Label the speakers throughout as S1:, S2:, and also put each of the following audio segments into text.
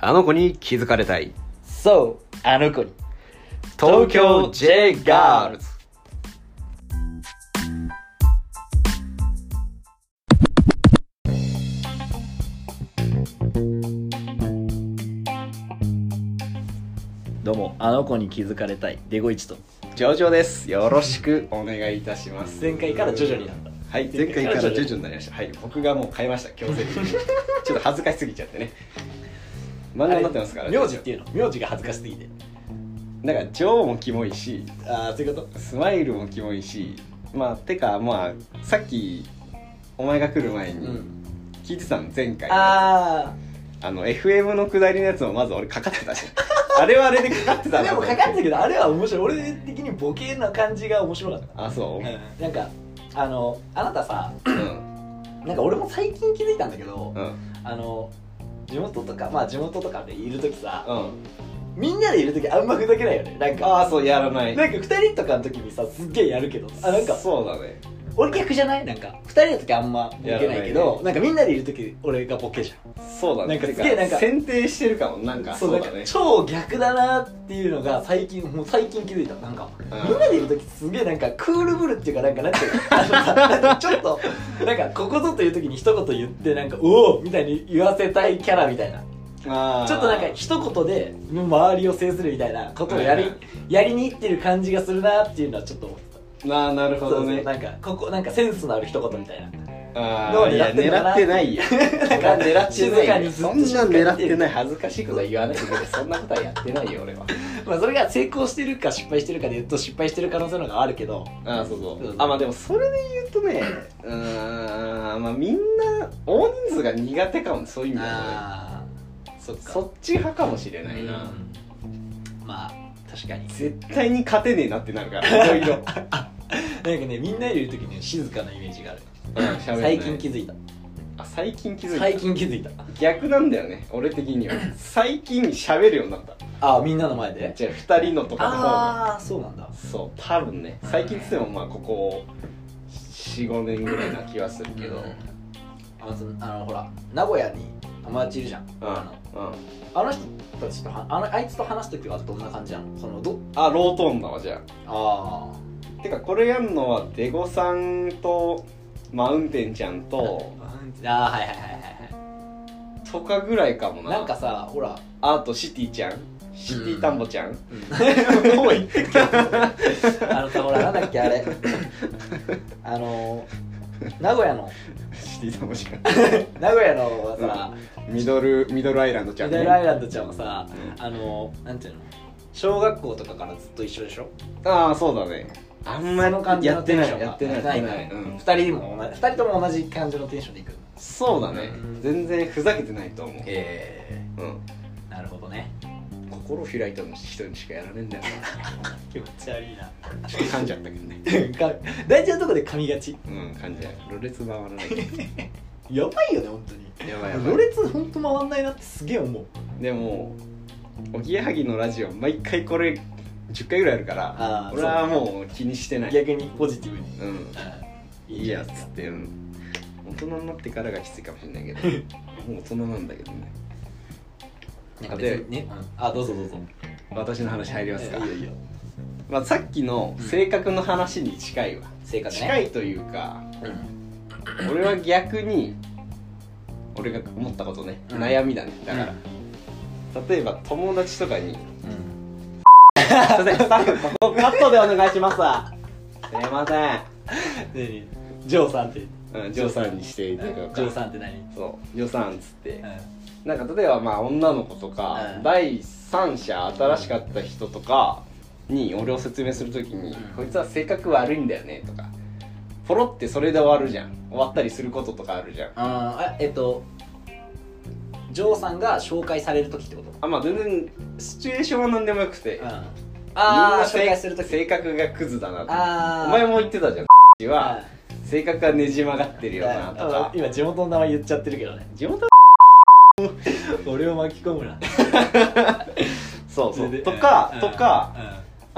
S1: あの子に気づかれたい。
S2: そう、あの子に。
S1: 東京 J ガールズ。
S2: どうも、あの子に気づかれたい、デゴイチと。
S1: ジョジョです。よろしくお願いいたします。
S2: 前回から徐々になった。
S1: はい、前回から徐々になりました。はい、僕がもう変えました、強制 的に。ちょっと恥ずかしすぎちゃってね。漫画になってますから。
S2: 名字っていうの名字が恥ずかしすぎて。
S1: なんか、ジョーもキモいし、
S2: ああ、そういうこと
S1: スマイルもキモいし、まあ、てか、まあ、さっき、お前が来る前
S2: う
S1: に
S2: ん。
S1: 聞いてたの、前回の。
S2: あ
S1: あの FM の下りのやつもまず俺かかってたしあれはあれでかかってた
S2: あ。
S1: な
S2: でもかかってたけど、あれは面白い。俺的にボケな感じが面白かった。
S1: あそう、
S2: うんなんか、あの、あなたさ、
S1: うん
S2: なんか俺も最近気づいたんだけど、
S1: うん
S2: あの、地元とか、まあ地元とかでいるときさ、
S1: うん
S2: みんなでいるときあんまふざけないよね。なんか。
S1: ああそうやらない
S2: なんか2人とかの時にさすっげえやるけどあなんか
S1: そうだね
S2: 俺逆じゃないなんか2人の時あんまボケないけどなんかみんなでいる時俺がボケじゃ
S1: そうだね
S2: なんか
S1: て
S2: すげえなんか
S1: 選定してるかもなん
S2: ん
S1: かそうだ
S2: なん
S1: ね
S2: か超逆だなっていうのが最近もう最近気づいたなんか、
S1: うん
S2: みんなでいる時すげえなんかクールブルっていうかなんかなんていうのあのさなんかちょっとなんかここぞという時に一言言ってなんかおおみたいに言わせたいキャラみたいな
S1: あー
S2: ちょっとなんか一言で周りを制するみたいなことをやり、
S1: うん
S2: やりにいってる感じがするなっていうのはちょっと思った
S1: なあなる
S2: そ
S1: ほ
S2: うそ
S1: ど
S2: う
S1: ね
S2: なんかここなんかセンスのある一言みたいな
S1: あ
S2: どう
S1: ーいや
S2: 狙ってんだ
S1: 狙
S2: な
S1: ってない よ
S2: なんか
S1: 狙って
S2: 静か
S1: ない
S2: に
S1: よ
S2: ずっ
S1: そ
S2: と
S1: んな狙ってない恥ずかしいことは言わないけどそんなことはやってないよ 俺は
S2: まあそれが成功してるか失敗してるかで言うと失敗してる可能性の方があるけど
S1: あーそうそう
S2: そうそう
S1: あまあでもそれで言うとねうーんまあみんな大人数が苦手かもそういう意味だとね
S2: あそっか
S1: そっち派かもしれないな、
S2: うんまあ確かに
S1: 絶対に勝てねえなってなるからいろいろ
S2: なんかねみんなでいる時には静かなイメージがある最近気づいた
S1: あ最近気づいた
S2: 最近気づいた
S1: 逆なんだよね俺的には最近喋るようになった
S2: ああみんなの前で
S1: じゃあ2人のとかの方が
S2: ああそうなんだ
S1: そう多分ね最近っつってもまあここ45年ぐらいな気はするけど、
S2: あのそのあのほら名古屋に友達いるじゃん、あの
S1: うんうん
S2: あの人たちとはあのあいつと話す時はどんな感じなのそのど
S1: あロートーンだわじゃ
S2: あ
S1: あてかこれやんのはデゴさんとマウンテンちゃんと
S2: あああはいはいはいはいは
S1: とかぐらいかも
S2: い
S1: な
S2: なんかさほら、
S1: あとシティちゃんシティ田んぼちゃん、
S2: もう言ってっけあのさほらなんだっけあれあの名古屋の
S1: シティ田んぼちゃん
S2: 名古屋のはさ、
S1: ミドルミドルアイランドちゃん
S2: ミド
S1: ね
S2: ルアイランドちゃんはさ、
S1: う
S2: あのなんていうの小学校とかからずっと一緒でしょ
S1: ああそうだねあんま
S2: その感じ
S1: や
S2: の
S1: って
S2: テン
S1: な
S2: ショ
S1: い
S2: ンが
S1: やってないやってない、
S2: か
S1: う
S2: ら
S1: ん、
S2: 二人も同じ二人とも同じ感じのテンションでいく
S1: そうだね、
S2: うん
S1: 全然ふざけてないと思う、
S2: え
S1: う
S2: えなるほどね
S1: ん、心開いた人にしかやらねえんだよ
S2: 気持ち悪いな
S1: なちょっと噛んじゃったけどね
S2: 大事なとこで噛みがち
S1: うん噛んじゃうろれつ回らない
S2: やばいよね本当に
S1: やばいやば
S2: ろ
S1: い
S2: れつほんと回んないなってすげえ思う
S1: でもおぎやはぎのラジオ毎回これ10回ぐらいあるから
S2: あー
S1: 俺はもう気にしてない
S2: 逆にポジティブに
S1: うん
S2: い
S1: いいやっつって、うん、大人になってからがきついかもしれないけ どもう大人なんだけどね
S2: なんか別にね、あどうぞどうぞ
S1: 私の話入りますか
S2: いいよいいよ
S1: まあ、さっきの性格の話に近いわ、
S2: 性格ね
S1: 近いというか
S2: うん
S1: 俺は逆に俺が思ったことね、
S2: うん
S1: 悩みだねだから、例えば友達とか に「すいませんスタッフここカットでお願いします」すいませ
S2: 何ジョーさんって
S1: ん、うん、ジョーさんにしてい
S2: ジ
S1: ただこう
S2: ョ
S1: か
S2: ーさんって何
S1: そうジョーさんっつって
S2: う、ん
S1: なんか例えばまあ女の子とか、
S2: うん
S1: 第三者新しかった人とかに俺を説明するときに、
S2: うん
S1: こいつは性格悪いんだよね」とかポロってそれで終わるじゃん終わったりすることとかあるじゃん
S2: あえっとジョーさんが紹介される時ってこと
S1: あまあ全然シチュエーションは何でもよくて、
S2: うんあ
S1: みん
S2: あ
S1: な
S2: 紹介する時
S1: 性格がクズだなと
S2: あー
S1: お前も言ってたじゃんは性格がねじ曲がってるよなとか
S2: 今地元の名前言っちゃってるけどね
S1: 地元
S2: 俺を巻き込むな
S1: そう
S2: そ
S1: そ
S2: れ
S1: う
S2: で
S1: とか
S2: うん
S1: とか
S2: う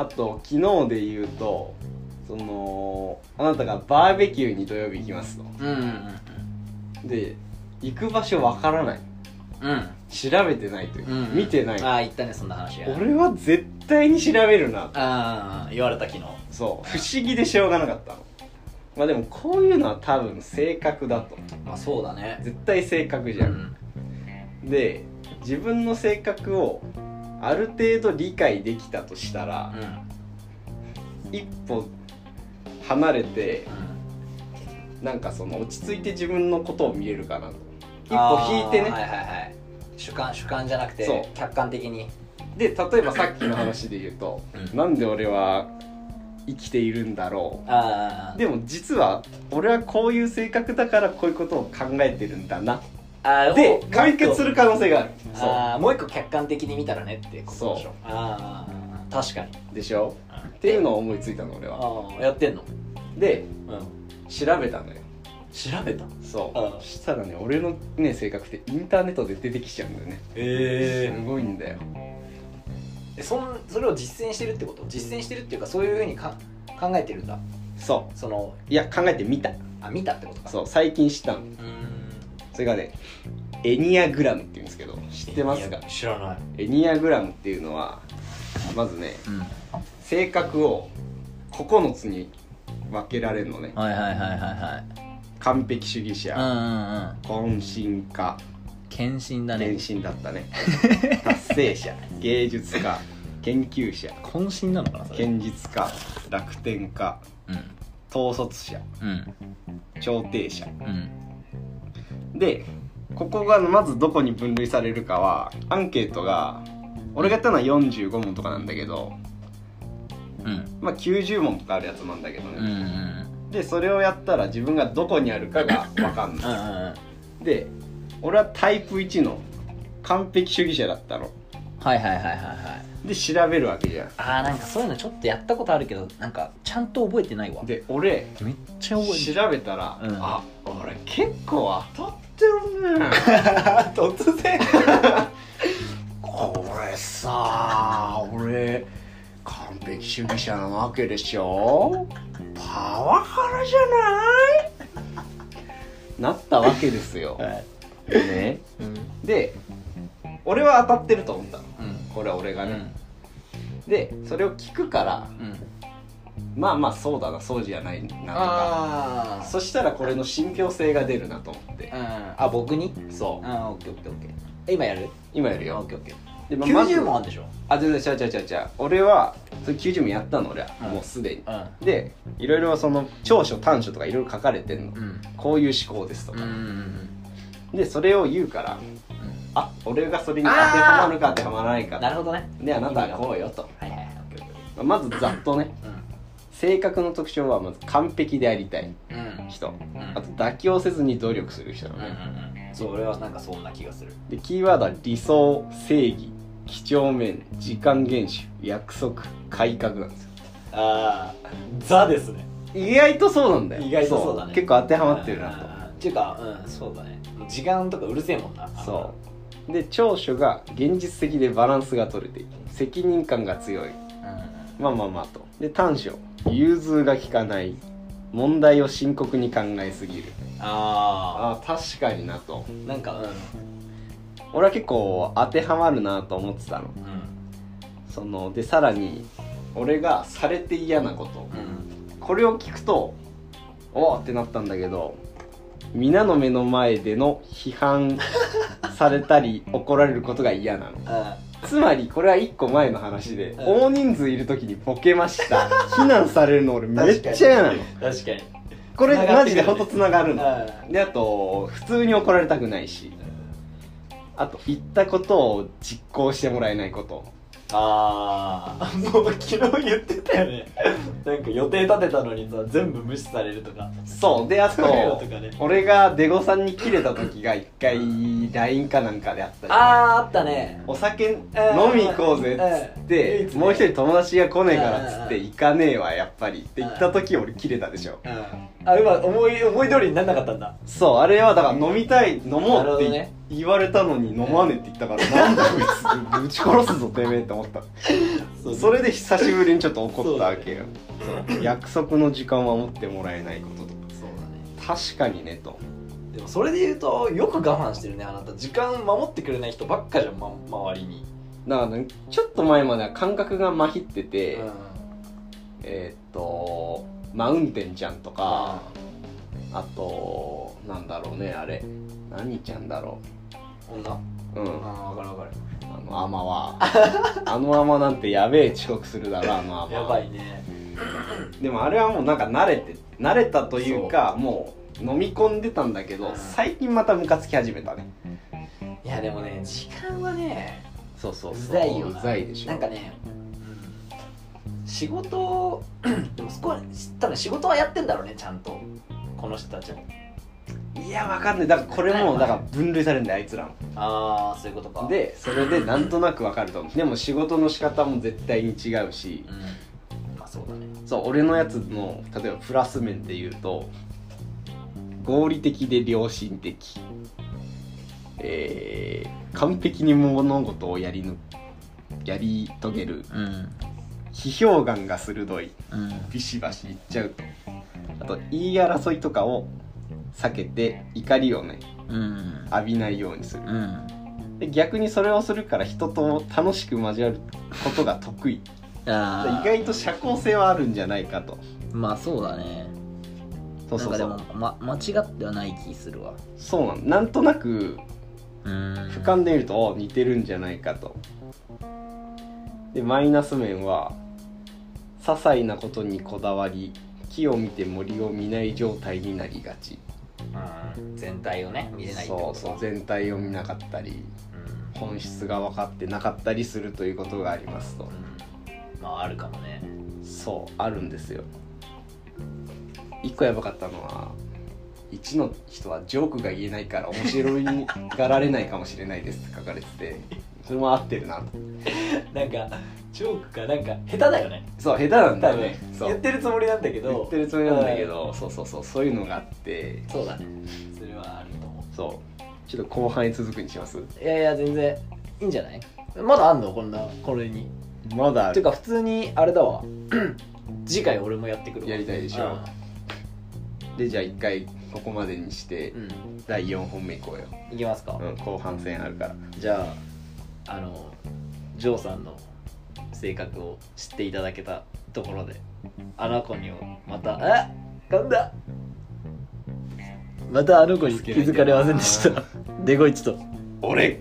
S2: ん
S1: あと昨日で言うとそのあなたがバーベキューに土曜日行きますと
S2: うんうんうん
S1: で行く場所わからない
S2: うん
S1: 調べてないというか、
S2: うん
S1: 見てない
S2: ああ言ったねそんな話
S1: 俺は絶対に調べるな
S2: ああ言われた昨日
S1: そう不思議でしょうがなかったのまあでもこういうのは多分性格だと
S2: まあそうだね
S1: 絶対性格じゃ、
S2: うんん
S1: で自分の性格をある程度理解できたとしたら、一歩離れて
S2: うん
S1: なんかその落ち着いて自分のことを見れるかなと一
S2: あ
S1: 歩
S2: ー
S1: 引いてね、
S2: はいはいはい主観主観じゃなくて
S1: そう
S2: 客観的に
S1: で例えばさっきの話で言うと、
S2: うん
S1: なんで俺は生きているんだろ
S2: あ
S1: う
S2: ー
S1: でも実は俺はこういう性格だからこういうことを考えてるんだな
S2: あー
S1: で
S2: もう
S1: 解決する可能性があるそ
S2: あーもう一個客観的に見たらねってことでし
S1: そう
S2: ょああ確かに
S1: うでしょっていうのを思いついたの俺は
S2: ああやってんの
S1: で
S2: うん
S1: 調べたのよ
S2: 調べた
S1: そ
S2: ああ
S1: うしたらね俺のね性格ってインターネットで出てきちゃうんだよね
S2: え
S1: すごいんだよ
S2: えそんそれを実践してるってこと実践してるっていうかそういうふうにか考えてるんだ
S1: そ
S2: その
S1: ういや考えてみた
S2: あ見たってことか
S1: そう最近知ったの
S2: うーん
S1: それがねエニアグラムって言うんですけど知ってますか
S2: いや知らない
S1: エニアグラムっていうのはまずね
S2: うん
S1: 性格を9つに分けられるのね
S2: はいはいはいはいはい
S1: 完璧主義者
S2: うんうんうん
S1: 渾身家
S2: 献身だ
S1: 献身だったね 達成者芸術家研究者
S2: 渾身なのかなそ
S1: 堅実家楽天家
S2: うん
S1: 統率者
S2: うん
S1: 調停者
S2: うん
S1: でここがまずどこに分類されるかはアンケートが俺がやったのは45問とかなんだけど
S2: うん
S1: まあ90問とかあるやつなんだけどね、
S2: ん
S1: でそれをやったら自分がどこにあるかが分かん
S2: う
S1: なんいで俺はタイプ1の完璧主義者だったの
S2: はいはいはいはいはい
S1: で調べるわけじゃ
S2: あーなんかそういうのちょっとやったことあるけどなんかちゃんと覚えてないわ
S1: んで俺
S2: めっちゃ覚えて
S1: 調べたら、
S2: うん
S1: あ俺結構当たってるね
S2: 突然
S1: これさ俺完璧主義者なわけでしょパワハラじゃないなったわけですよ、
S2: はい
S1: ね、
S2: うん
S1: で俺は当たってると思ったの
S2: うん
S1: これは俺がね、でそれを聞くから
S2: うん
S1: まあまあそうだなそうじゃないなとか
S2: あ
S1: そしたらこれの信憑性が出るなと思って
S2: あうんあ僕に
S1: そう
S2: あオッケーオッケーオッケーえ今やる
S1: 今より
S2: オッ
S1: よ
S2: ケーオッケー
S1: でまあまず
S2: 90問あるでしょ
S1: あ全然違う違う違う違う俺はそれ90問やったの俺は、
S2: うん
S1: もうすでに
S2: うん
S1: でいろいろその長所短所とかいろいろ書かれてんの、
S2: うん
S1: こういう思考ですと
S2: うん
S1: か
S2: う、ん
S1: でそれを言うから
S2: うん
S1: あ俺がそれに当てはまるか当てはまらないか
S2: なるほどね
S1: であなたはこうよと
S2: はいはいはいオッケーオッケ
S1: まずざっとね
S2: ー
S1: 性格の特徴はまず完璧でありたい
S2: うんうん
S1: 人
S2: うん
S1: あと妥協せずに努力する人だ
S2: うんう
S1: ね、
S2: んうんそう俺はなんかそんな気がする
S1: でキーワードは理想正義几帳面時間厳守約束改革なんですよ
S2: ああザですね
S1: 意外とそうなんだよ
S2: 意外とそうだね
S1: 結構当てはまってるな
S2: とっていうかうんそうだねもう時間とかうるせえもんな
S1: とそうで長所が現実的でバランスが取れている責任感が強い
S2: うん
S1: まあまあまあとで短所融通が利かない問題を深刻に考えすぎる
S2: あ
S1: ああ確かになと
S2: あなんかう
S1: 俺は結構当てはまるなと思ってたの
S2: んうん
S1: そのでさらに俺がされて嫌なこと
S2: うん
S1: これを聞くとおーってなったんだけど皆の目の前での批 判されたり怒られることが嫌なの
S2: あ
S1: つまりこれは1個前の話で、
S2: うん
S1: 大人数いる時にボケました 非難されるの俺めっちゃ嫌なの
S2: 確かに
S1: これ
S2: 繋が
S1: マ
S2: って
S1: ジ
S2: く
S1: で
S2: るね
S1: ほんとつながるの
S2: あ
S1: であと普通に怒られたくないしあと言ったことを実行してもらえないこと
S2: あーもう昨日言ってたよねなんか予定立てたのにさ全部無視されるとか
S1: そうであ
S2: そういうの
S1: と
S2: とかね
S1: 俺がデゴさんにキレた時が一回 LINE かなんかであったじゃん
S2: あーあったね
S1: お酒飲
S2: ー
S1: み行こうぜっつって、
S2: うんうん
S1: もう一人友達が来ねえからっつって
S2: うん
S1: 行かねえわやっぱりって言った時俺キレたでしょ
S2: うんあ今思い思い通りになんなかったんだ
S1: そうあれはだから飲みたい飲も
S2: なる
S1: うっ
S2: ほ
S1: て
S2: ど
S1: い、
S2: ね
S1: 言われたのに飲まねえって言ったから、なんだこいつぶち殺すぞてめえって思った
S2: そう
S1: それで久しぶりにちょっと怒ったわけよそう約束の時間は持ってもらえないこととか
S2: そうだね
S1: 確かにねと
S2: でもそれで言うとよく我慢してるねあなた時間守ってくれない人ばっかじゃん、ま、周りに、
S1: だからねちょっと前までは感覚がまひってて、
S2: うん
S1: えーっとマウンテンちゃんとか、あとなんだろうねあれ何ちゃんだろ
S2: 女あ
S1: ううん
S2: あ分かる分かる
S1: あのアマは あのアマなんてやべえ遅刻するだ ろあのアマ
S2: やばいね
S1: でもあれはもうなんか慣れて慣れたというかもう飲み込んでたんだけど
S2: うん
S1: 最近またムカつき始めたね
S2: いやでもね時間はね
S1: そうそう
S2: う
S1: そう
S2: ざいよ
S1: う
S2: な
S1: ざいでしょ
S2: なんかね、仕事 をでもそこは多分仕事はやってんだろうねちゃんとこの人たちも
S1: いやわかんないだからこれもだから分類されるんだよあいつらも
S2: ああそういうことか、
S1: でそれでなんとなくわかると思うでも仕事の仕方も絶対に違うし
S2: うん、まあそうだね
S1: そう俺のやつの例えばプラス面で言うと合理的で良心的えー完璧に物事をやりぬやり遂げる
S2: うん
S1: 批評眼が鋭い
S2: うん
S1: ビシバシいっちゃうとあと言い争いとかを避けて怒りをね
S2: うん
S1: 浴びないようにする
S2: うん
S1: で逆にそれをするから人と楽しく交わることが得意意
S3: あ
S1: 外と社交性はあるんじゃないかと
S3: あまあそうだね
S1: そうそうそう
S3: なんかでも、ま、間違ってはない気するわ
S1: そうなんなんとなく
S3: うん
S1: 俯瞰で見るとお似てるんじゃないかとでマイナス面は些細なことにこだわり木を見て森を見ない状態になりがち
S2: うん全体をね見れないって
S1: そ
S2: こ
S1: う
S2: と
S1: そう
S2: か
S1: 全体を見なかったり
S2: うん
S1: 本質が分かってなかったりするということがありますと
S2: うんまああるかもね
S1: そうあるんですよ一個やばかったのは1の人はジョークが言えないから面白いがられないかもしれないですって書かれててそれも合ってるなと
S2: なんかジョークかなんか下手だよね
S1: そう下手なんだ
S2: 多
S1: よ
S2: 分
S1: ねそう
S2: 言ってるつもりなんだけど
S1: 言ってるつもりなんだけどそうそうそうそういうのがあって
S2: そうだねそれはあると思
S1: そうちょっと後半に続くにします
S2: ういやいや全然いいんじゃないまだあんのこんなこれに
S1: まだあ
S2: ていう
S1: る
S2: か普通にあれだわ 次回俺もやってくるわ
S1: やりたいでしょでじゃあ一回ここまでにして
S2: うん、
S1: 第4本目いこうよ、
S2: いきますか、
S1: うん、後半戦あるから
S2: じゃああのジョーさんの性格を知っていただけたところであの子にをまたあ噛んだまたあの子に気づかれませんでしたデゴイチと
S1: 俺